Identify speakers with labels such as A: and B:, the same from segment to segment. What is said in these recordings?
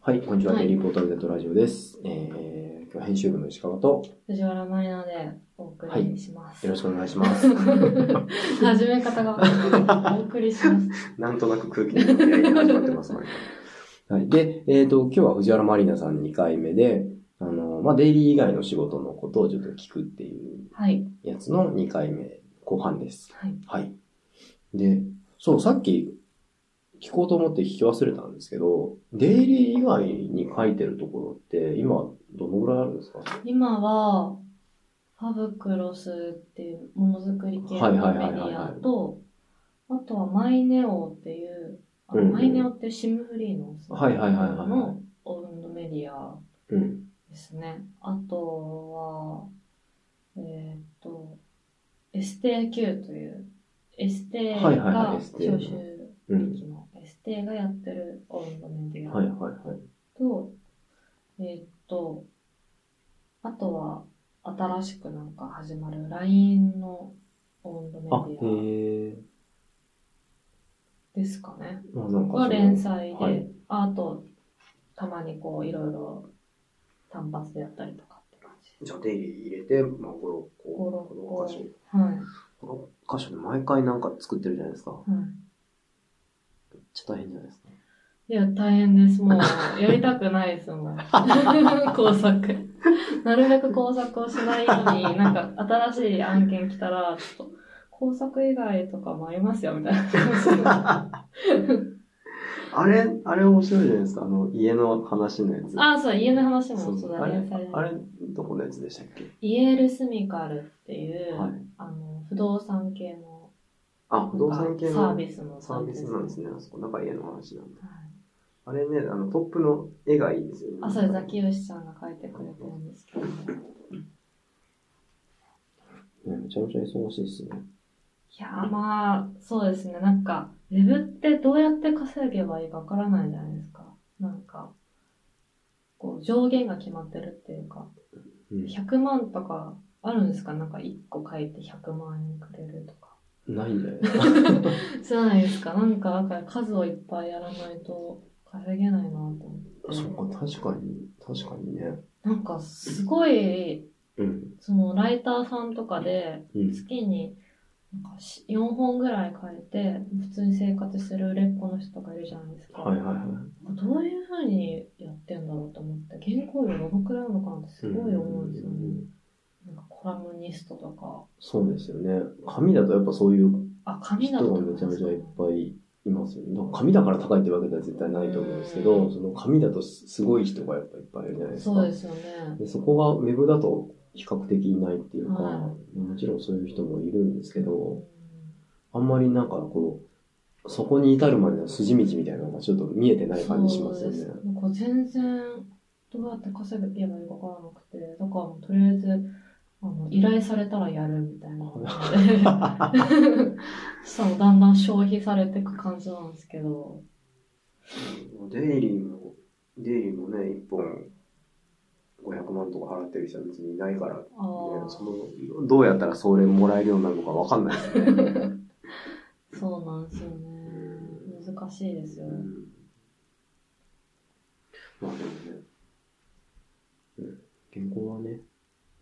A: はい、こんにちは。
B: はい
A: リポーターズネットラジオです。えー、今日は編集部の石川と、
B: 藤原マイナーでお送りします。
A: よろしくお願いし ます。
B: 始め方がわかんないお送りします。
A: なんとなく空気の出会いで始まってます、毎回はい。で、えっ、と、今日は藤原マリナさん2回目で、あの、まあ、デイリー以外の仕事のことをちょっと聞くっていう
B: はい。
A: やつの2回目後半です。
B: はい。
A: はい。で、そう、さっき聞こうと思って聞き忘れたんですけど、デイリー以外に書いてるところって、今、どのぐらいあるんですか
B: 今は、ファブクロスっていうものづくり系のメデ
A: はいはいはいはい
B: ィアと、あとはマイネオっていう、あ
A: うんうん
B: マイネオっていうシムフリーのその
A: はいはいはいはいはい
B: のオウンドメディア
A: うん。
B: ですね。あとは、えーっと、STQ という、エステ
A: はいはいは
B: が
A: い
B: 招
A: STA の
B: 集
A: うん。
B: 域のエステがやってるオウンドメディア
A: はいはいはい。
B: と、えーっと、あとは、新しくなんか始まる LINE のオウンド
A: あ、
B: メディ
A: へえ。
B: アですかね。
A: まあなんか
B: は
A: その
B: 連載で、
A: はい
B: あと、たまにこう、いろいろ単発でやったりとかって感じ。
A: じゃあデイリー入れて、まあ5、6個。
B: 五六個
A: 5、6箇
B: はい。
A: 所。5、6箇所で毎回なんか作ってるじゃないですか。
B: はい
A: めっちゃ大変じゃないですか。
B: いや、大変です。もう、やりたくないです もん。工作。なるべく工作をしないように、なんか、新しい案件来たら、ちょっと、工作以外とかもありますよ、みたいな 感
A: あれ、あれ面白いじゃないですか。あの、家の話のやつ
B: じ。。あ、そう、家の話も
A: そう
B: そう
A: そう
B: だ
A: あれ
B: ね。され、
A: あれ、どこのやつでしたっけ
B: イエール・スミカルっていう、
A: はい。
B: あの、不動産系の、
A: あ、不動産系の
B: サービスの
A: サービスなんです
B: ね。
A: ね。あそこ、なんか家の話なんで。
B: はい
A: あれね、あの、トップの絵がいいですよね。
B: あ、そうです。ザキヨシさんが書いてくれてるんですけ
A: ね
B: ど。
A: めちゃめちゃ忙しいですね。
B: いやーまあ、そうですね。なんか、ウェブってどうやって稼げばいいかわからないじゃないですか。なんか、こう、上限が決まってるっていうか、
A: う
B: 100万とかあるんですかなんか1個書いて100万円くれるとか。
A: ん。ないんだよ ね。
B: じゃないですか。なんか、だから数をいっぱいやらないと稼げないなと思って。
A: そうか、確かに、確かにね。
B: なんか、すごい、
A: うん。
B: その、ライターさんとかで、
A: うん。
B: 月になんかし4本ぐらい書いて普通に生活してる売れっ子の人とかいるじゃないですか、
A: はいはいはい。
B: どういうふうにやってんだろうと思って原稿料どのくらいあるのかなってすごい思うんですよね、
A: うん
B: なんかコラムニストとか
A: そうですよね。紙だとやっぱそういう
B: あ紙だ
A: 人
B: と
A: がめちゃめちゃいっぱいいますよね。なんか紙だから高いってわけでは絶対ないと思うんですけど、
B: うん
A: その紙だとすすごい人がやっぱいっぱいいるじゃないですか。
B: そうですよね
A: でそこがウェブだと比較的いないっていうか、
B: は
A: もちろんそういう人もいるんですけ
B: う
A: ど
B: ん、
A: あんまりなんかこう、そこに至るまでの筋道みたいなのがちょっと見えてない感じしますよね
B: そう。ですなんか全然どうやって稼げばいいかわからなくてだからもうとりあえずあの依頼されたらやるみたいな そうだんだん消費されていく感じなんですけど、
A: デイリーも、デイリーもね、1本500万とか払ってる人は別にいないから、
B: あ
A: ね
B: あ、
A: そ
B: そ
A: のどうやったらそれもらえるようになるのかわかんないですね。
B: うなんですよね。難しいですよ
A: う
B: ね。
A: んまあでもね、うん、健康はね、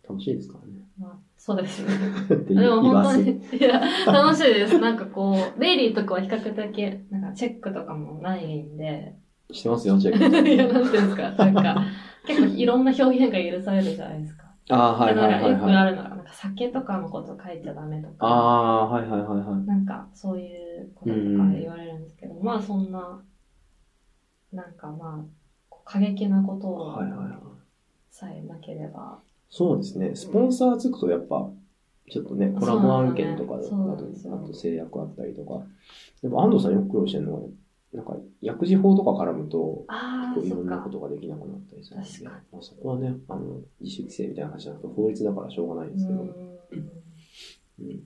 A: 楽しいですからね。
B: まあ、そうですよね。
A: って
B: でも
A: 言わ
B: 本当
A: せ
B: に、いや、楽しいです。なんかこう、デイリーとかは比較的、なんかチェックとかもないんで、
A: してますよ、チェ
B: いや、なんて い
A: ック。
B: うんですか、なんか、結構いろんな表現が許されるじゃないですか。
A: ああ、はいはいはい
B: だからよくあ
A: はい。
B: るのが、なんか酒とかのこと書いちゃダメと
A: あ
B: か、
A: あ、はいはいはいはい。
B: なんかそういうこととか言われるんですけど、まあそんな、なんかまあ、こう過激なことを
A: はいはいはい。
B: さえなければ、
A: そうですね、スポンサーつくとやっぱ、ちょっとね、コラボ案件とかだと、
B: そうなんですよ
A: あと制約あったりとか。でも安藤さんよく苦労してるのは、なんか薬事法とか絡むと、
B: ああ、
A: い
B: そ
A: ろ
B: っ
A: んな
B: か
A: こ。とができなくなったりするんで、
B: 確か
A: まあ、そこはね、あの、自主規制みたいな話じゃなくて、法律だからしょうがないん
B: う
A: ですけど、うん、
B: ん
A: でも、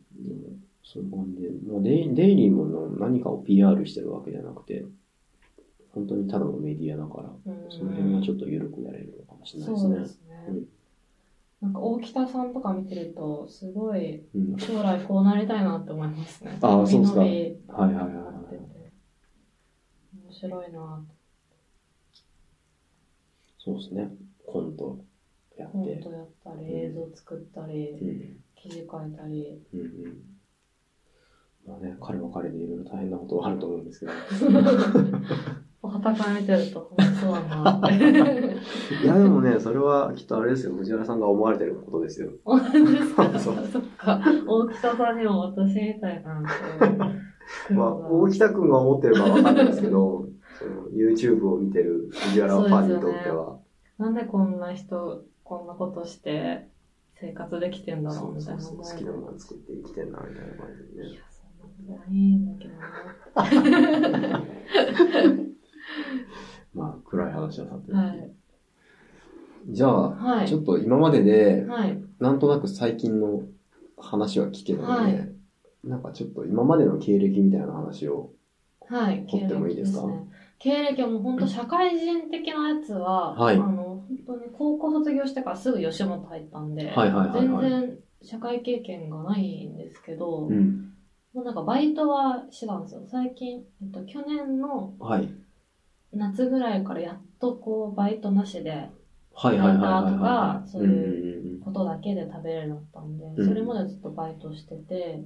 A: その感じで、まあデイ、デイリーもの何かを PR してるわけじゃなくて、本当にただのメディアだから、
B: うん
A: その辺はちょっと緩くやれるのかもしれないです
B: そう
A: ね。
B: ですね
A: うん。
B: なんか大北さんとか見てると、すごい
A: うん。
B: 将来こうなりたいなって思いますね。
A: あーそうですか
B: 伸び伸び
A: はいはいはい
B: なって
A: は
B: て。面白いな
A: そうですね。コントやっ
B: コ
A: て
B: ン。トやったり、映像作った
A: う
B: り、
A: ん。
B: 記事書いたり。
A: うんうん。まあね、彼は彼でいろいろ大変なことはあると思うんですけ ど。
B: はたから見てると、ほんとそうだ なって。
A: いや、でもね、それはきっとあれですよ。藤原さんが思われてることです よ。
B: 同じです か
A: そ
B: そうっか。大北さんにも私みたいなんて。
A: まあ、大北くんが思ってるかはわかんないですけど、 その YouTube を見てる藤原ファンにとっては。
B: なんでこんな人、こんなことして生活できてんだろうみたいな
A: そうそうそう好きなもの作って生きてんな、みたいな感じで
B: い
A: ね。
B: や、そんなことないんだけどな。
A: まあ、暗い話はさておき
B: はい。
A: じゃあ、
B: はい
A: ちょっと今までで、
B: はい。
A: なんとなく最近の話は聞けたので、
B: はい
A: なんかちょっと今までの経歴みたいな話を。
B: はい。
A: 掘ってもいいですか
B: 経歴ね経歴はもう本当社会人的なやつは、
A: はい
B: あの、本当に高校卒業してからすぐ吉本入ったんで、
A: はいはいはい
B: 全
A: はい。
B: 然社会経験がないんですけど、
A: うん。
B: もうなんかバイトはしてたんですよ。最近、えっと、去年の
A: はい。
B: 夏ぐらいからやっとこう、バイトなしで、
A: はいはいはいはい
B: なんか
A: は
B: とか
A: い。
B: そういことだけで食べれるようになったんで、
A: ん
B: それまでずっとバイトしてて、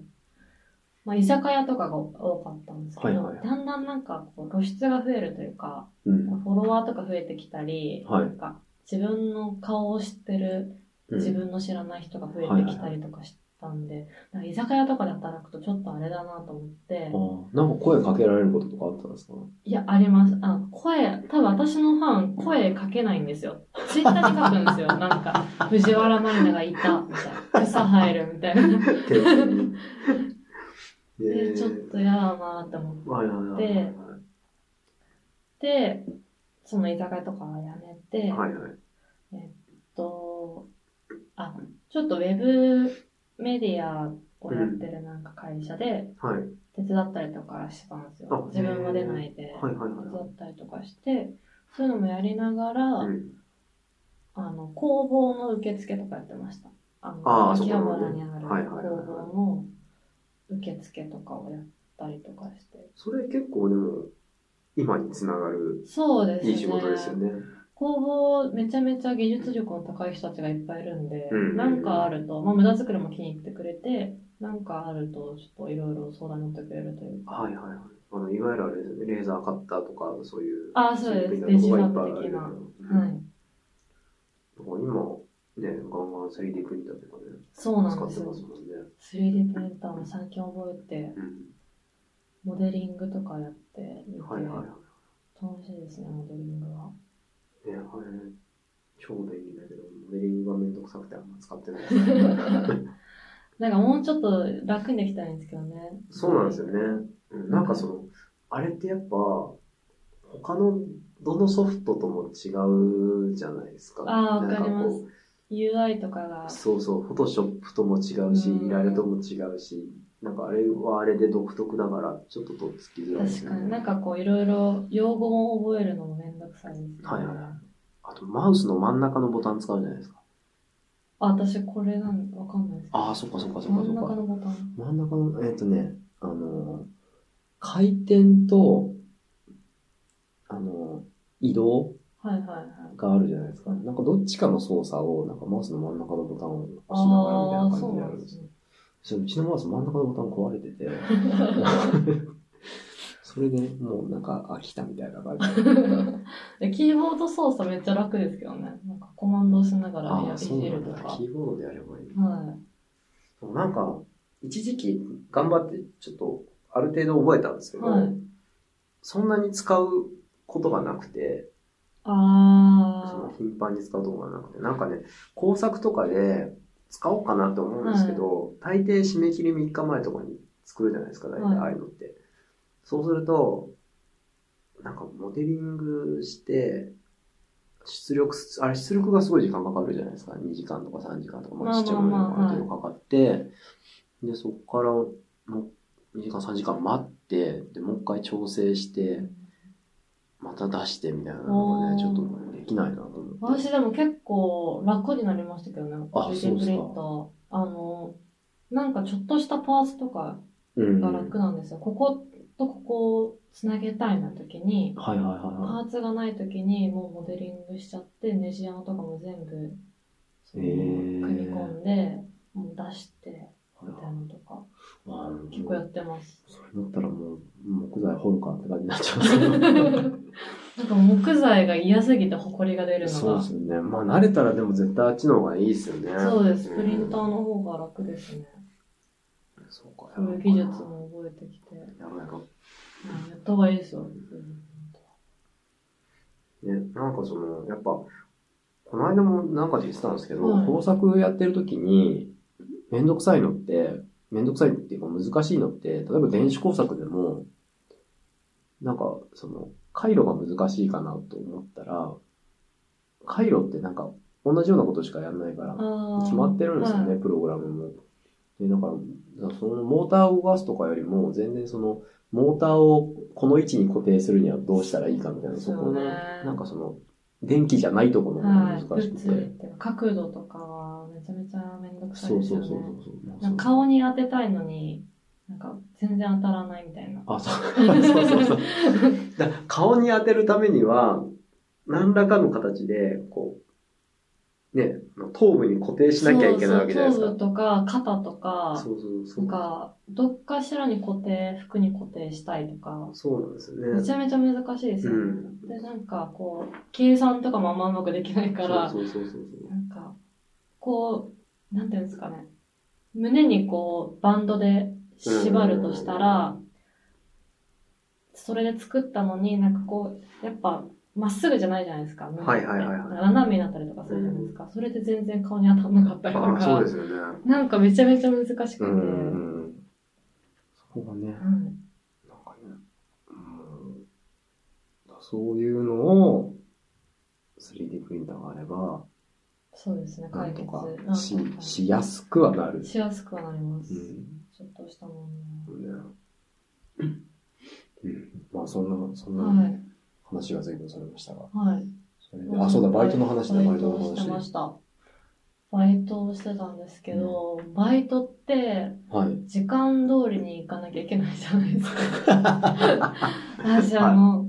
B: まあ、居酒屋とかが多かったんですけ
A: は
B: ど、
A: いはいはい
B: だんだんなんかこう露出が増えるというか、
A: うんうんうん
B: フォロワーとか増えてきたり、
A: はい
B: なんか自分の顔を知ってる、
A: うん。
B: 自分の知らない人が増えてきたりとかしたんで、なんか居酒屋とかで働くとちょっとあれだなと思って
A: あ、ーなんか声かけられることとかあったんですか
B: いや、あります。あの、声、多分私のファン、声かけないんですよ。ツイッターに書く んですよ。なんか、藤原まりながいた、みたいな。草生える、みたいな。 で、ちょっと嫌だなって思っ
A: はいはいはい。
B: でて、その居酒屋とかはやめて、
A: はいはい。
B: と、あ、ちょっとウェブメディアをやってるなんか会社で、
A: はい。
B: 手伝ったりとかしてたんです
A: あ
B: よ。自分は出ないで、
A: はいはい
B: 手
A: は
B: 伝ったりとかして、そういうのもやりながら、
A: い。うん
B: あの、工房の受付とかやってました。あの、
A: あーそこ
B: 秋葉
A: の
B: 原にある
A: はいはいはいはい
B: 工房の受付とかをやったりとかして。
A: それ結構でも、今につながる
B: そうですね。
A: いい仕事ですよね。
B: 工房、めちゃめちゃ技術力の高い人たちがいっぱいいるんで、
A: うん
B: なんかあると、まあ無駄作りも気に入ってくれて、なんかあると、ちょっといろいろ相談に乗ってくれるというか。
A: はいはいはい。あの、いわゆるあれですよね、レーザーカッターとか、そういう。
B: あーそうです
A: 新品なのがいっぱいある
B: デジタル
A: うん
B: はい。
A: だから今、ね、ガンガン 3D プリンターとかね、
B: そうな
A: 使
B: ん
A: って
B: です
A: ま
B: よ
A: す。もんね。
B: 3D プリンターも最近覚えて、
A: うん。
B: モデリングとかやってみて、
A: はいはいは
B: 楽しいですね、モデリングは。
A: い。ね、あれ、超便利だけど、モデリングがめんどくさくてあんま使ってないですね。
B: なんかもうちょっと楽にできたらいいんですけどね。
A: そうなんですよね。うんなんかその、あれってやっぱ、他の、どのソフトとも違うじゃないですか。
B: あ
A: なん
B: ーわかります
A: こう
B: UI とかが。
A: そうそう、フォトショップとも違うし、
B: うん
A: イラルとも違うし、なんかあれはあれで独特だから、ちょっととっつきづらいですよ
B: 確かに。
A: ね。
B: なんかこういろいろ用語を覚えるのもめんどくさいです、ね。
A: はいはいはいあと、マウスの真ん中のボタン使うじゃないですか。
B: あ、私これなんわかんないです。
A: ああ、そっかそっかそっかそ
B: 真
A: っ
B: ん中
A: か。
B: のボタン。
A: 真ん中の、えっ、とね、あのー、回転と、あのー、移動
B: はいはいはい。
A: があるじゃないですか。なんかどっちかの操作を、なんかマウスの真ん中のボタンを押しながらみたいな感
B: ーそ
A: じ
B: う
A: で
B: な
A: やる
B: ん
A: ん
B: で
A: です
B: す
A: よ。
B: ね。
A: そううちのマウス真ん中のボタン壊れてて、それでもうなんか飽きたみたいな感じで。
B: でキーボード操作めっちゃ楽ですけどね。なんかコマンドしながら
A: あ
B: や
A: あ、
B: い
A: そう
B: じ
A: な
B: る
A: ん
B: と
A: だ。
B: か。
A: キーボードでやればいい。
B: は
A: そうなんか、一時期頑張ってちょっとある程度覚えたんですけ
B: い。
A: ど、
B: はい。
A: そんなに使うことがなくて、そ
B: あ
A: の頻繁に使うことがなくて、なんかね、工作とかで使おうかなって思うんですけど、大抵締め切り3日前とかに作るじゃないですか、大
B: はい
A: 体ああいうのって。そうすると、なんかモデリングして、出力す、あれ出力がすごい時間かかるじゃないですか。2時間とか3時間とか、まあ
B: まあまあまあ
A: ちっちゃいものにもある程度かかって、で、そこからもう2時間3時間待って、で、もう一回調整して、また出してみたいなのがね、
B: おー
A: ちょっとできないなと
B: あ。
A: 思って。
B: 私でも結構楽になりましたけどね。
A: あそうですか
B: 3D プリンター。あの、なんかちょっとしたパーツとか
A: うん
B: が楽なんですよ。こことここつなげたいな時に、
A: はいはいはい
B: パ
A: は
B: ーツがない時にもうモデリングしちゃって、ネジ山とかも全部、その
A: へー
B: 組み込んで、もう出して、
A: い。
B: みたいなのとか、
A: まあ
B: 結構やってます。
A: それだったらもう木材掘るかって感じになっちゃいますね。
B: なんか木材が嫌すぎて埃が出るのが。
A: そうですよね。まあ慣れたらでも絶対あっちの方がいいですよね。
B: そうです。プリンター
A: うん
B: の方が楽ですね。
A: そうか。
B: そういう技術も覚えてきて。
A: やろうやろ
B: うんやった方がいいですよ。
A: う。ね、なんかその、やっぱ、この間もなんかで言ってたんですけど、
B: はい
A: 工作やってる時に、めんどくさいのって、めんどくさいっていうか難しいのって、例えば電子工作でも、なんか、その、回路が難しいかなと思ったら、回路ってなんか、同じようなことしかやんないから、決
B: 決
A: まってるんですよね、。プログラムも。で、だから、だからそのモーターを動かすとかよりも、全然その、モーターをこの位置に固定するにはどうしたらいいかみたいな、そ
B: そう
A: この、
B: ね
A: なんかその、電気じゃないところ
B: は
A: が
B: い。
A: 難しくて。
B: 物理っていうか角度とかはめちゃめちゃめんどくさい
A: そう
B: です
A: そ
B: よ
A: うそうそう
B: ね。
A: そう。
B: なんか顔に当てたいのに、なんか全然当たらないみたいな。
A: あ、そう。そうそうそう。だから顔に当てるためには、何らかの形で、こう、ね、頭部に固定しなきゃいけないわけじゃないです
B: そうそう
A: か。
B: 頭部とか肩とか、
A: そうそうそ
B: な。
A: うん
B: か、どっかしらに固定、服に固定したいとか、
A: そうなんですよね。
B: めちゃめちゃ難しいですよ
A: う
B: ね。
A: ん
B: で、なんかこう、計算とかもあんまうまくできないから、
A: そうそうそうそうそう。
B: なんか、こう、なんていうんですかね。胸にこう、バンドで縛るとしたら、それで作ったのに、なんかこう、やっぱ、まっすぐじゃないじゃないですか。胸って
A: はいはいはいはい
B: 斜めになったりとかするじゃないですか。それで全然顔に当たんなかったりと
A: ああ、そうで
B: か、
A: すよね。
B: なんかめちゃめちゃ難しくて。
A: うん。そこがね、なん
B: うん
A: かね、うん、そういうのを 3D プリンターがあれば、
B: そうですね、
A: な
B: 解
A: ん
B: 決
A: とか
B: なん
A: し
B: とか
A: しやすくはなる。
B: しやすくはなります。
A: うん
B: ちょっとしたもの
A: ねうん、まあそんな、そん
B: は。は。
A: ない話が随分されましたが。
B: はい。
A: それであ、そうだ、バイトの話だ、バイトの
B: バイトをしてま
A: 話。
B: した。バイトをしてたんですけど、バイトって、
A: はい。
B: 時間通りに行かなきゃいけないじゃないです か。私、あの、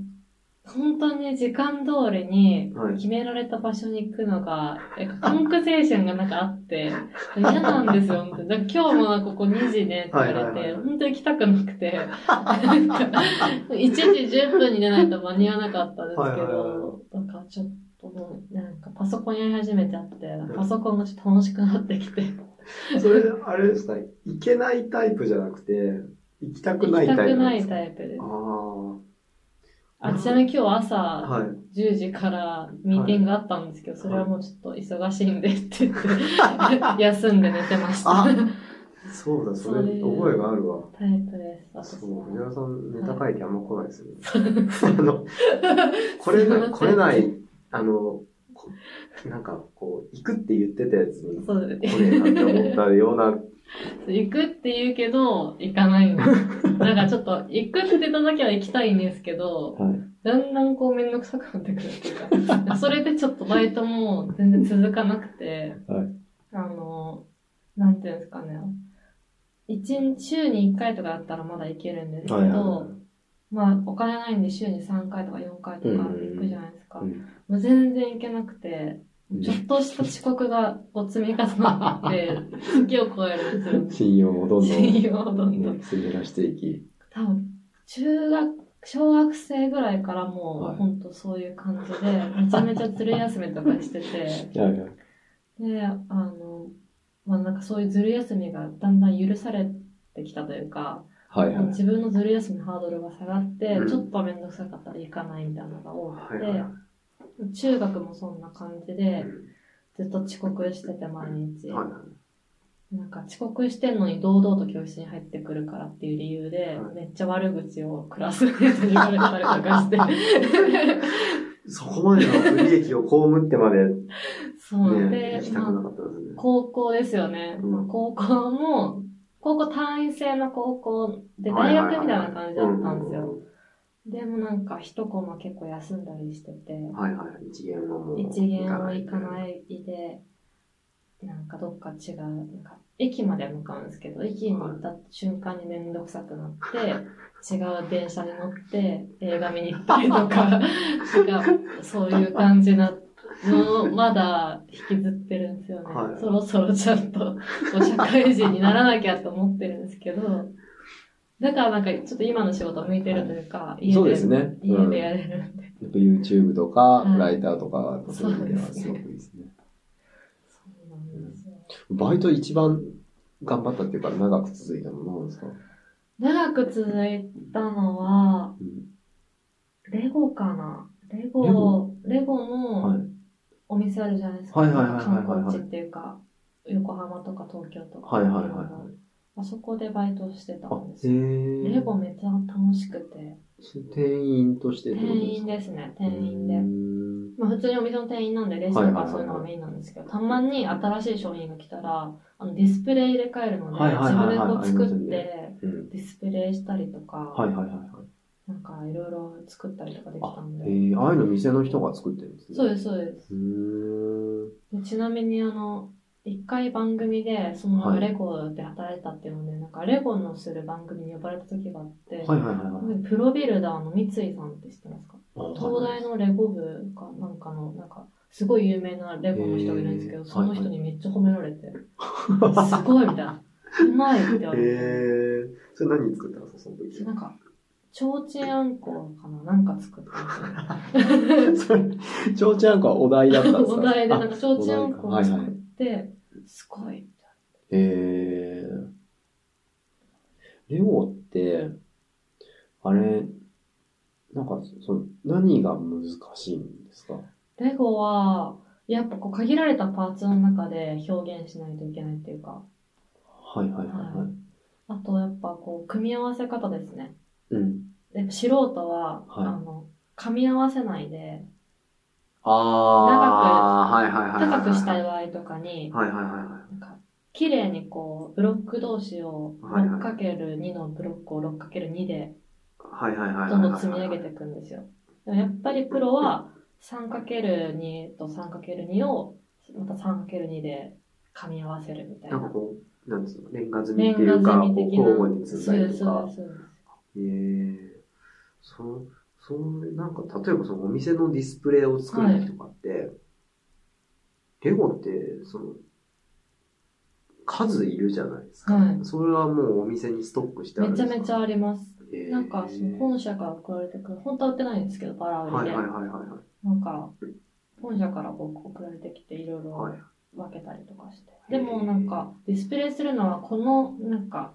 B: 本当に時間通りに、
A: はい
B: 決められた場所に行くのが、えンク精神がなんかあって、嫌なんですよ、本当に。だから今日もなんかここ2時ねって言われて、
A: はいはいはいはい
B: 本当に行きたくなくて、なんか、1時10分に出ないと間に合わなかったんです
A: はい
B: け
A: はいはい
B: ど、なんかちょっともう、なんかパソコンやり始めちゃって
A: ん、
B: パソコンがちょっと楽しくなってきて、
A: それ、あれですか、行けないタイプじゃなくて、行きた
B: 行きたくないタイプです
A: あ。
B: あちなみに今日朝、
A: あ。はい。
B: 10時からミーティングがあったんですけど、それはもうちょっと忙しいんでって言って、 休んで寝てました。
A: あ
B: タイ
A: そうだ、そ
B: そ
A: れ、
B: れ
A: 覚えがあるわ。
B: プです。私
A: そう、
B: は
A: 藤原さん、ネタ書いてあんま来ないですね。あの、これ
B: すいま
A: な、
B: せん
A: これない、あの、こなんか、こう、行くって言ってたやつに、
B: そうで
A: 来ねえなって思ったような、
B: す。行くって言うけど、行かないの。なんかちょっと、行くって言った時は行きたいんですけど、だんだんこうめんどくさくなってくるってい うか、それでちょっとバイトも全然続かなくて、
A: はい
B: あの、なんていうんですかね、一日、週に1回とかだったらまだ行けるんですけど、
A: はいはい
B: まあ、お金ないんで週に3回とか4回とか行くじゃないですか。
A: うんうん
B: もう全然行けなくて、ちょっとした遅刻がこう積み重なって、月を超えるんです よ。
A: 信用をどんどん、
B: 信
A: ね、
B: 用をどんどん。
A: 滑らしていき、
B: 多分、中学、小学生ぐらいからも、
A: はいう
B: ほんとそういう感じで、めちゃめちゃずる休みとかしてて、
A: はいはい
B: で、あの、まあなんかそういうずる休みがだんだん許されてきたというか、
A: はいはい。
B: 自分のずる休みのハードルが下がって、
A: うん
B: ちょっと面倒くさかったら行かないみたいなのが多
A: は
B: く
A: い
B: て、
A: はいは
B: 中学もそんな感じ
A: い
B: で、ずっと遅刻してて毎日、
A: はい
B: なんか遅刻してんのに堂々と教室に入ってくるからっていう理由で、
A: はい
B: めっちゃ悪口をクラスメートに言われたりとかして、
A: そこまでの不利益を被ってまで、ね、
B: そう
A: 行
B: で
A: き、たく
B: ま
A: な
B: あ、
A: かったですね。
B: 高校ですよね。
A: うん
B: まあ高校も、高校単位制の高校で、
A: はい
B: 大
A: はいはい
B: 学みたいな感じだったんですよ。
A: う
B: でもなんか一コマ結構休んだりしてて、
A: うんはいはい。一元はもう。。
B: 一限は行かないいで、なんかどっか違う、なんか駅まで向かうんですけど、駅に行った瞬間にめんどくさくなって、違う電車に乗って映画見に行ったりと か、違う、そういう感じなのをまだ引きずってるんですよね。
A: はい
B: そろそろちゃんとこう社会人にならなきゃと思ってるんですけど、だからなんかちょっと今の仕事は向いてるというか、家
A: そう
B: で
A: ですね。
B: 家
A: うん
B: で
A: や
B: やれる。
A: っぱ YouTube とか、
B: うん
A: ライターとか、そういう意味ではすごくいいですね。
B: そうなんですよ。
A: バイト一番頑張ったっていうか、長く続いたのなんですか
B: 長く続いたのは、
A: うん
B: レゴかな。レゴ、
A: レ
B: レ
A: ゴ
B: ゴ
A: はい
B: の。お店あるじゃないですか。
A: はいはいはいはいはい
B: 観光地っていうか、横浜とか東京とか。
A: はいはいはいはい
B: あそこでバイトしてた
A: あ
B: んで、
A: へ
B: すよ。
A: ー
B: レゴめっちゃ楽しくて。
A: 店員としてってこと
B: 店員
A: で
B: ですね、
A: すか
B: 店員で
A: うー。ん
B: まあ普通にお店の店員なんで、レジとかそういうのがメインなんですけど、たまに新しい商品が来たら、あのディスプレイ入れ替えるので、
A: はいはい
B: 自分
A: はい
B: で
A: はい
B: こう作
A: あ
B: っ
A: りますよ
B: て、
A: うん。
B: ディスプレイしたりとか、
A: はいはいはいはい。
B: なんかいろいろ作ったりとかできた
A: あ
B: ん、
A: え
B: で。
A: ー、ああいうの店の人が作ってるんですね。。
B: そうですす、そうです。
A: うーん。
B: でちなみにあの、一回番組で、そ
A: は
B: の
A: い
B: レゴで働いたっていうので、なんかレゴのする番組に呼ばれた時があっ
A: は
B: て、
A: いはいはいはい。
B: プロビルダーの三井さんって知ってますか
A: あ
B: 東大のレゴ部かなんかの、なんか、すごい有名なレゴの人がいるんですけ
A: へ
B: ど、
A: ー
B: その人にめっちゃ褒められて、すごいみたいな。 うまいって言わ
A: へ
B: れて。
A: え。それ何作ったんですか、その時。
B: なんか、ちょうちんあんこかななんか作ったんですよ。
A: それ、ちょうちんあんこはお題だったんですか
B: お題で、な
A: あ
B: んか、ちょうちんあんこを作って、すごい。
A: へえ。レゴって、あれ、なんか、その、何が難しいんですか
B: レゴは、やっぱこう、限られたパーツの中で表現しないといけないっていうか、
A: はいはいはいは。
B: はいあとやっぱこう、組み合わせ方ですね。
A: うん。
B: やっぱ素人は、
A: はい
B: あの、噛み合わせないで、
A: あー、はいはいはいはい。
B: 高くしたい場合とかに、
A: はいはいはいは
B: なんか、綺麗にこう、ブロック同士を 6×2 のブロックを 6×2 で
A: い。はいはいはいはいはい。
B: どんどん積み上げていくんですよ。でもやっぱりプロは 3×2 と 3×2 をまた 3×2 で噛み合わせるみたい
C: なんか
B: な。
C: こう、なんですか、レンガ積み
B: 年
C: っていう
B: 賀
C: か、
B: 積み
C: こう
B: 的な。
C: 交互に積んだりと
B: そう
C: か
B: で。す、そうです。
C: ええそう、そう、なんか、例えばそのお店のディスプレイを作る時とかって、レゴって、その、数いるじゃないですか。
B: はい
C: それはもうお店にストックしてあ
B: そう
C: る
B: で
C: んで
B: す
C: すか
B: めちゃめちゃあります。
C: ええ
B: なんか、その本社から送られてくる、本当は売ってないんですけど、バラ売
C: はい
B: り
C: は
B: で
C: い。はいは
B: なんか、本社からこう送られてきて、いろい
C: い。
B: ろ
C: はい。
B: 分けたりとかして。
C: へ
B: で
C: ー
B: もなんか、ディスプレイするのは、この、なんか、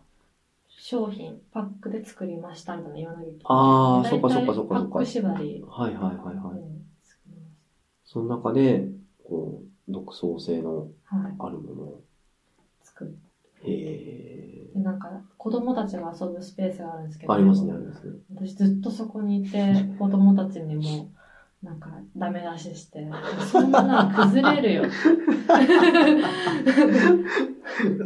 B: 商品、パックで作りましたみたいな言わなきゃいけない。
A: あー
B: 大
A: そ
B: 体
A: っかそっかそっかそっか
B: パック縛り。
A: はいはいはいはい。
B: うん作りまし
A: その中で、こう、独創性の
B: たはい。
A: あるものを。
B: 作って。
A: へえ。
B: で、なんか、子供たちが遊ぶスペースがあるんですけど。
A: ありますね、ありますね。
B: 私ずっとそこにいて、 子供たちにも、なんか、ダメ出しして、そんな崩れる よ。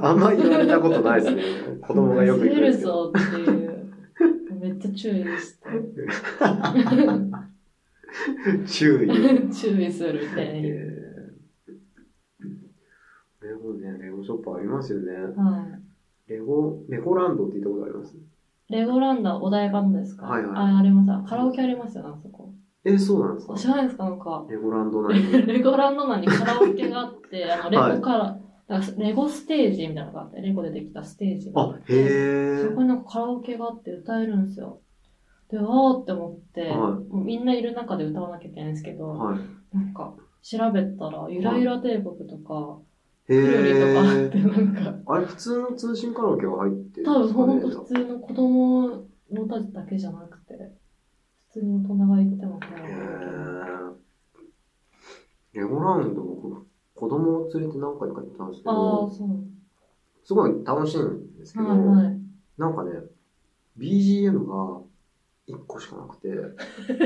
C: あんまり言われたことないですね。子供がよく言
B: 崩
C: うんで
B: れる
C: すけど。
B: ぞっていう。めっちゃ注意して。
C: 注意。
B: 注意するみたい
C: え
B: に。
C: えレゴね、レゴショップありますよね。
B: は
C: レゴ、レゴランドって言ったことあります
B: い。レゴランドお台場のですか
C: はいはい
B: あ、あります。カラオケありますよね、あそこ。
C: え、そうなんですか
B: 知らないですかなんか、
C: レゴランド内 に。
B: レゴランド内にカラオケがあって、あの、レ
C: はい
B: ゴから、なんかレゴステージみたいなのがあって、レゴでできたステージが
C: あ
B: っ、
C: へ
B: て、
C: え
B: そ。こになんかカラオケがあって歌えるんですよ。で、わーって思って、
C: は
B: みんないる中で歌わなきゃいけないんですけど、
C: はい。
B: なんか、調べたら、ゆらゆら帝国とか、
C: へ
B: ピロリとかあっ
C: え
B: て、。なんか、
C: あれ、普通の通信カラオケが入ってる
B: 多分ほんと
C: ですか
B: 普通の子供のたちだけじゃなくて、普通に大人が行ってもカラオ
C: ね
B: ケ
C: へえ。レゴランド、僕、子供を連れて何回か行ったんですけ
B: ああ、
C: ど、
B: そうな
C: すごい楽しいんですけど、
B: の。はいはい。
C: なんかね、BGM が1個しかなくて、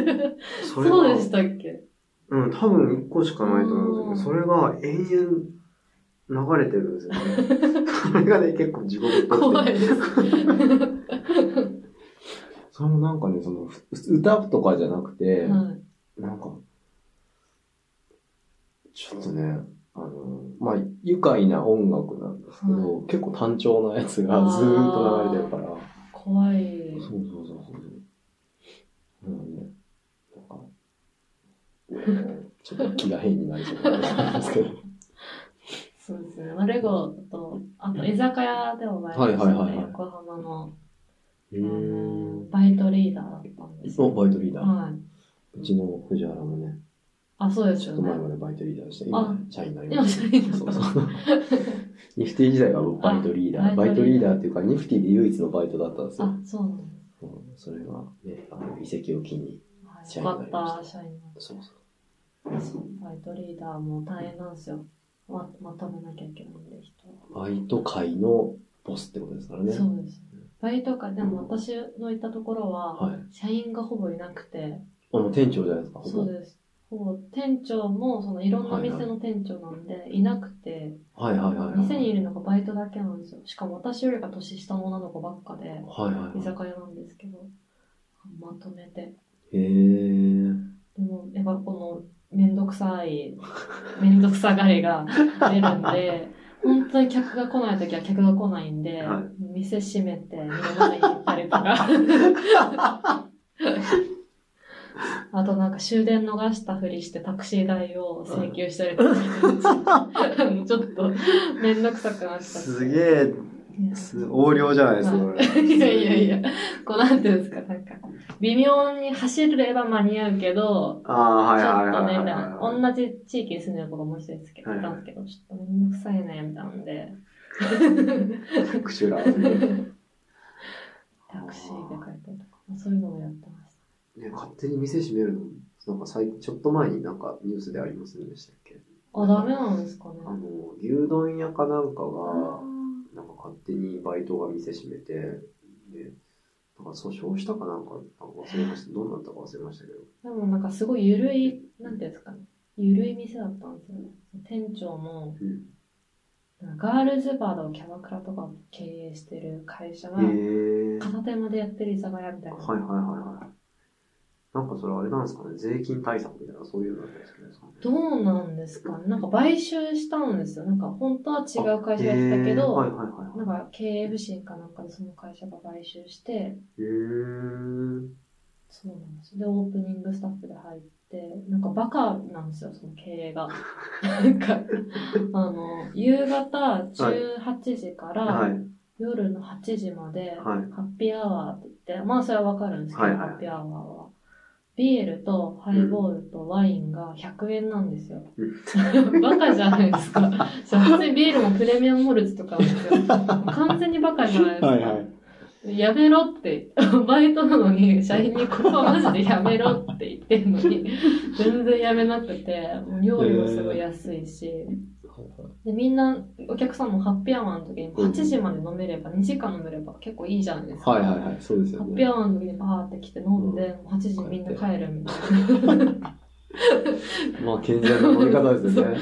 C: それが、
B: そうでしたっけ
C: うん、多分1個しかないと思うんですけど、それが延々流れてるんですよ ね。それがね、結構地獄っぽくて
B: 怖いです。は
A: それもなんかね、その、ふ歌とかじゃなくて、
B: い。
A: なんか、ちょっとね、あの、まあ、愉快な音楽なんですけど、結構単調なやつがずーっと流れてるから。
B: 怖い。
A: そうそうそうそう。なんで、なんか、うんちょっと気が変になりそうなんですけど。
B: そうですね。まあ、レゴと、あと居酒屋でもバイトして
A: はいはいはい
B: て、
A: はい
B: 横浜の、
A: う
B: あ
A: ー
B: の
A: ん。
B: バイトリーダーだったんです
A: お、
B: よ。
A: バイトリーダー。
B: はい。
A: うちの藤原もね、
B: あ、そうです
A: ちょ
B: よ
A: っと
B: ね
A: 前。までバイトリーダーして、
B: あ
A: 今、社員になりま
B: 今
A: し
B: 社
A: た。
B: 員になった
A: そうそう。 ニフティ時代は僕バイトリーダ
B: あ
A: ー。バ
B: バ
A: イ
B: イ
A: ト
B: ト
A: リ
B: リ
A: ー
B: ー
A: ダ
B: ダー
A: ーっていうか、ニフティで唯一のバイトだったんですよ
B: あ。、そうなんです。
A: うんそれが、ね、あの、移籍を機に。
B: はい、よかった、社員の。
A: そうそう。
B: バイトリーダーも大変なんですよ。ままとめなきゃいけないんで、人を
A: バイト界のボスってことですからね。
B: そうです。バイトか、でも私のいたところは、
A: はい。
B: 社員がほぼいなくて、
A: あの、店長じゃないですか、ほぼ。
B: そうです。ほぼ店長も、そのいろんな店の店長なんで、いなくて、
A: はいはいはいはい。
B: 店にいるのがバイトだけなんですよ。しかも私よりが年下の女の子ばっかで、
A: はいはい
B: 居
A: は
B: 酒屋なんですけど、まとめて。
A: い。へえ。
B: でも、やっぱこの、めんどくさい、めんどくさがりが出るん で、本当に客が来ないときは客が来ないんで、
C: はい
B: 店閉めて、目の前に行ったりと か。あとなんか終電逃したふりしてタクシー代を請求したりとか、ちょっとめんどくさくなっちゃって。
C: すげえ、
B: いや
C: す横領じゃないですか、これ。
B: いやいやいや、こうなんていうんですか、なんか、微妙に走れば間に合うけど、
C: ああ、
B: ちょ
C: はいはい
B: っ
C: は
B: とね、
C: いはい
B: な
C: はい。
B: 同じ地域に住んでる子がもう一人ですけど、
C: はい
B: いたんですけど、ちょっとめんどくさいね、みたいなんで、
C: クシュラーね
B: タクシーで帰ったりとか、そういうのもやってました。
C: ね勝手に店閉めるの、なんか最近、ちょっと前になんかニュースでありませんでしたっけ
B: あ、ダメなんですかね。
C: あの、牛丼屋かなんかが、
B: あ
C: なんか勝手にバイトが店閉めて、で、なんか訴訟したかなんか、なんか忘れました。どうなったか忘れましたけど。
B: ーでもなんかすごいゆるい、なんていうんですかね、ゆるい店だったんですよね。店長も、
C: うん。
B: ガールズバーのキャバクラとかを経営してる会社が、
C: へえ。
B: 片手間でやってる居酒屋みたいな。
C: はいはいはいはい。なんかそれあれなんですかね、税金対策みたいな、そういうのだったりするんですかね。
B: どうなんですかねなんか買収したんですよ。なんか本当は違う会社だったけ
C: へーはい
B: ど、
C: はいはい
B: な
C: は
B: んか経営不振かなんかでその会社が買収して、
C: い。へー
B: そうなんです。で、オープニングスタッフで入って、なんかバカなんですよ、その経営 が。なんか、あの、夕方18時か
C: はい
B: ら。夜の8時まで、
C: はい。
B: ハッピーアワーって言って、まあそれはわかるんですけど、
C: はいはい
B: ハッピーアワーは。ビールとハイボールとワインが100円なんですよ。バカじゃないで すか。そう普通にビールもプレミアムモルツとかなんですよ。完全にバカじゃないですか。
A: はいはい。
B: やめろって、バイトなのに、社員にここはマジでやめろって言ってんのに、全然やめなくて、料理もすごい安いし、で、みんな、お客さんもハッピーアワーの時に、
A: うん
B: 8時まで飲めれば、2時間飲めれば結構いいじゃないですか。
A: はいはいはい。そうですよ
B: ハッピー
A: ね。
B: アワーの時にバーって来て飲んで、8時にみんな帰るみたいな。
A: まあ、健全な飲み方です よね。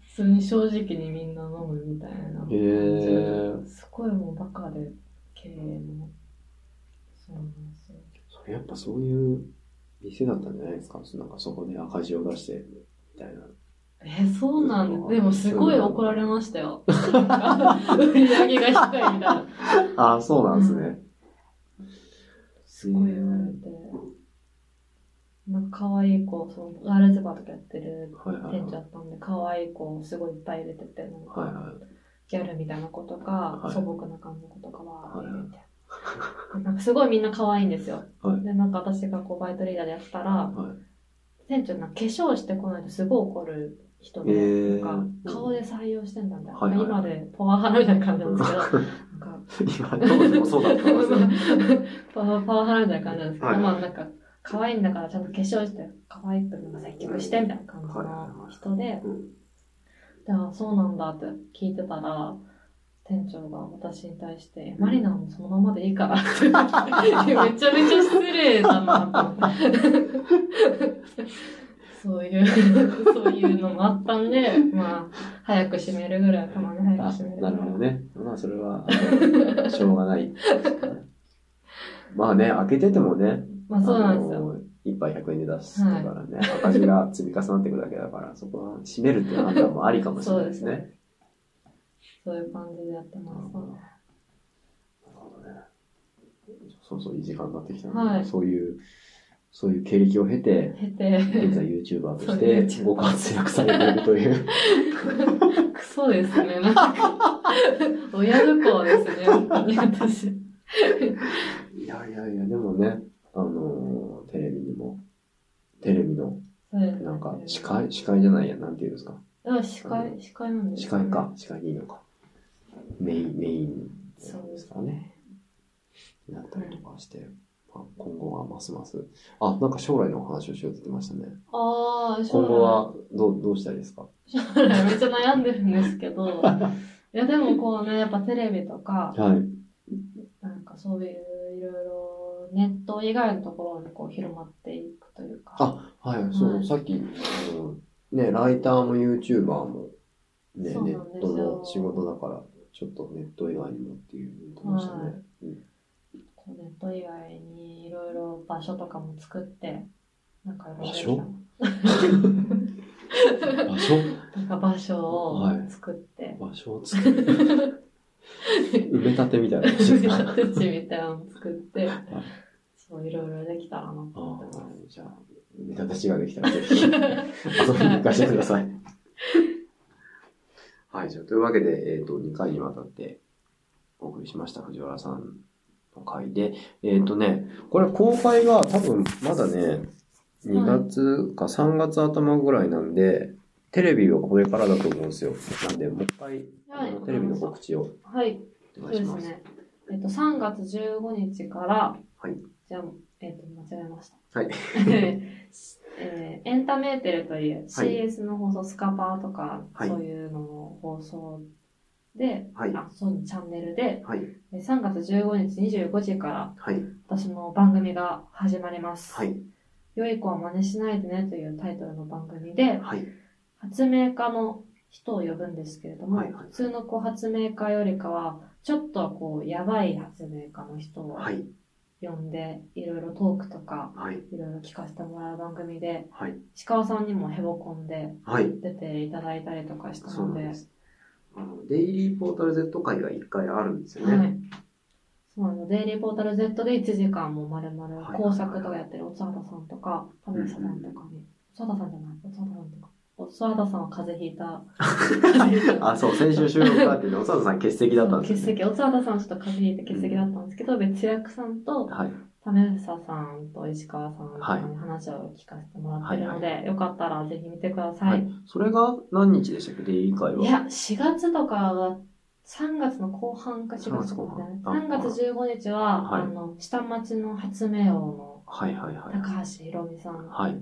B: 普通に正直にみんな飲むみたいな。
A: へー
B: すごいもうバカで、経営も。そうなんですよ。
A: それやっぱそういう店だったんじゃないですか。なんかそこで赤字を出して、みたいな。
B: え、そうなん
A: そう
B: だ。でもすごい怒られましたよ。売り上げが低いみたい な。
A: ああ、そうなんですね。
B: すごい言われて。なんか可愛い子、そのガールズバーとかやってる
A: はいはい
B: 店
A: はい
B: 長だったんで、可愛い子をすごいいっぱい入れてて、なん
A: はい
B: か
A: は
B: ギャルみたいな子とか、
A: はい
B: 素朴な感じの子とかは
A: はい
B: 入れて。でなんかすごいみんな可愛いんですよ。
A: はい
B: で、なんか私がこうバイトリーダーでやってたら
A: い。、はい。
B: 店長なんか化粧してこないとすごい怒る人で、
A: へー
B: なんか顔で採用してんだみたいな、
A: はいはい
B: 今でパワハラみたいな感じなんです けど、なんか
C: 今、当時もそうだったんです よ。
B: パワパワハラみたいな感じなんですけど、
C: はい
B: まあなんか、可愛いんだからちゃんと化粧して、可愛くなんか接客してみたいな感じの人で、
C: うん
B: じゃあそうなんだって聞いてたら、店長が私に対して、マリナもそのままでいい からって言ってきてめちゃめちゃ失礼だなと思って。そういう、そういうのもあったんで、まあ、早く閉めるぐらい、たまに早
A: あ
B: く閉めるぐら。
A: ないるほどね。まあ、それは、あの しょうがない。まあね、開けててもね。
B: まあそうなんですよ。
A: あの一杯100円で出すからね、赤字が積み重なっていくだけだから、そこは締めるっていう判断もありかもしれないです
B: そう
A: ね
B: で。そういう感じでやってます。
A: そうそう、いい時間になってきたので、
B: はい
A: そういう、そういう経歴を経て、
B: 経て、
A: 現在 YouTuber と
B: そう
A: して
B: YouTuber
A: ご活躍されているという。
B: クソですね、なんか。親不孝ですね、本当に私。
A: いやいやいや、でもね、あのーテレビにも、テレビの、
B: そうですね
A: なんか、司会、司会じゃないや、なんていうんですか。
B: あ、司会、司会なんです
A: 司
B: ね
A: 会か、司会でいいのか。メイン、メイン
B: そう
A: で
B: ですす
A: かね。
B: ね。
A: なったりとかして、まあ今後はますます。あ、なんか将来のお話をしようって言ってましたね。
B: ああ、
A: 今後はどう、どうしたいですか
B: 将来めっちゃ悩んでるんです けど、いやでもこうね、やっぱテレビとか、
A: はい。
B: なんかそういういろいろネット以外のところにこう広まっていくというか。
A: あはい、そう、
B: はい
A: さっき、あの、ね、ライターも YouTuber も、ね、
B: そう
A: ネ
B: なん
A: ッ
B: です
A: ト
B: よ
A: の仕事だから、ちょっとネット以外にもっていうふうに言ってましたね。
B: はい
A: うん
B: こうネット以外にいろいろ場所とかも作って、なんかいろいろ
A: 場所場
B: なんか場所を
A: はい
B: 作 って、
A: 所場所を作る。埋め立てみたいな話ですか。
B: 埋め立て地みたいなのを作って、そういろいろできたらなと
A: あ
B: 思って
A: あ
B: ます。、
A: じゃあ、埋め立て地ができたらぜひ、遊びに行かせてください。はい、じゃあ、というわけで、えっ、と、2回にわたってお送りしました、藤原さんの回で、えっ、とね、これ公開が多分まだね、2月か3月頭ぐらいなんで、テレビはこれからだと思うんですよ。なんで、もう一回、あのテレビの告知を
B: はい、
A: お
B: そう
A: 願いし
B: です
A: ます。
B: ね。えっと、3月15日から、
A: はい
B: じゃあ、えっと、間違えました。
A: はい
B: えーエンタメーテルという
A: はい
B: CS の放送、スカパーとか、
A: はい
B: そういうのの放送で、
C: はい。
B: あ、そういうチャンネルで、
C: はい。
B: えー3月15日25時から
C: はい。
B: 私の番組が始まります。
C: はい。
B: 良い子は真似しないでねというタイトルの番組で、
C: はい。
B: 発明家の人を呼ぶんですけれども、
C: はいはい
B: 普通のこう発明家よりかは、ちょっとこう、やばい発明家の人を
C: はい。
B: 呼んで、いろいろトークとか、
C: はい。
B: いろいろ聞かせてもらう番組で、
C: はい。
B: 石川さんにもヘボコンで
C: はい。
B: 出ていただいたりとかした
C: そう
B: の
C: なん
B: で、
C: です。あの、デイリーポータル Z 会が一回あるんですよね。
B: はい。そうなの、デイリーポータル Z で1時間もまるまる工作とかやってるおつはたさんとか、田村さんとかに、おつはたさんじゃない、おつはたさんとか。おつはたさんは風邪ひいた。風邪ひいた
A: あ、そう、先週収録があってね、おさださん欠席だったんですよ
B: 欠
A: ね、
B: 席、おつはたさんちょっと風邪ひいて欠席だったんですけど、別役さんと
A: はい。
B: 田村さんと石川さんとか
A: は
B: に話を聞かせてもらってるので、よかったらぜひ見てください。
A: はいい。それが何日でしたっけ、デイリー会は。
B: や、4月とかは、3月の後半か4月とかね。
A: 3月
B: 3
A: 後半
B: 月15日は、
A: はい
B: あの、下町の発明王の
A: はいはいはい。
B: 高橋ひろみさん
A: はい。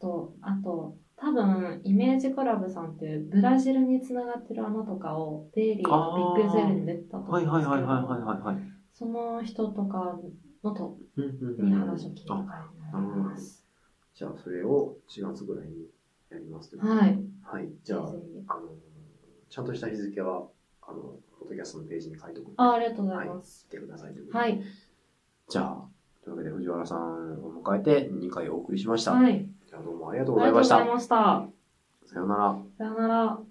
B: と、あと、多分、イメージクラブさんっていうブラジルにつながってる穴とかを、デイリーのビッグゼルに出てたと思
A: は
B: うん
A: い
B: です
A: はい
B: けど、
A: はいはいはいはいはい。
B: その人とかのと、
A: うんうんうん
B: に話を聞いた
A: あ
B: 回になります。
C: じゃあ、それを4月ぐらいにやりますということで
B: はい。
C: はい。じゃあ、あ
B: ぜ
C: の
B: ひぜひ、
C: ちゃんとした日付は、あの、ポッドキャストのページに書いておくんで
B: あありがとうございます。
C: 見てくださいということで。
B: はい。
A: じゃあ、というわけで藤原さんを迎えて2回お送りしました。
B: はい。
C: じゃあ、どうもありがとう
B: あ
C: ござい
B: りがとう
C: ま
B: ご
C: し
B: ざい
C: た。
B: ました。
A: さようなら。
B: さよなら。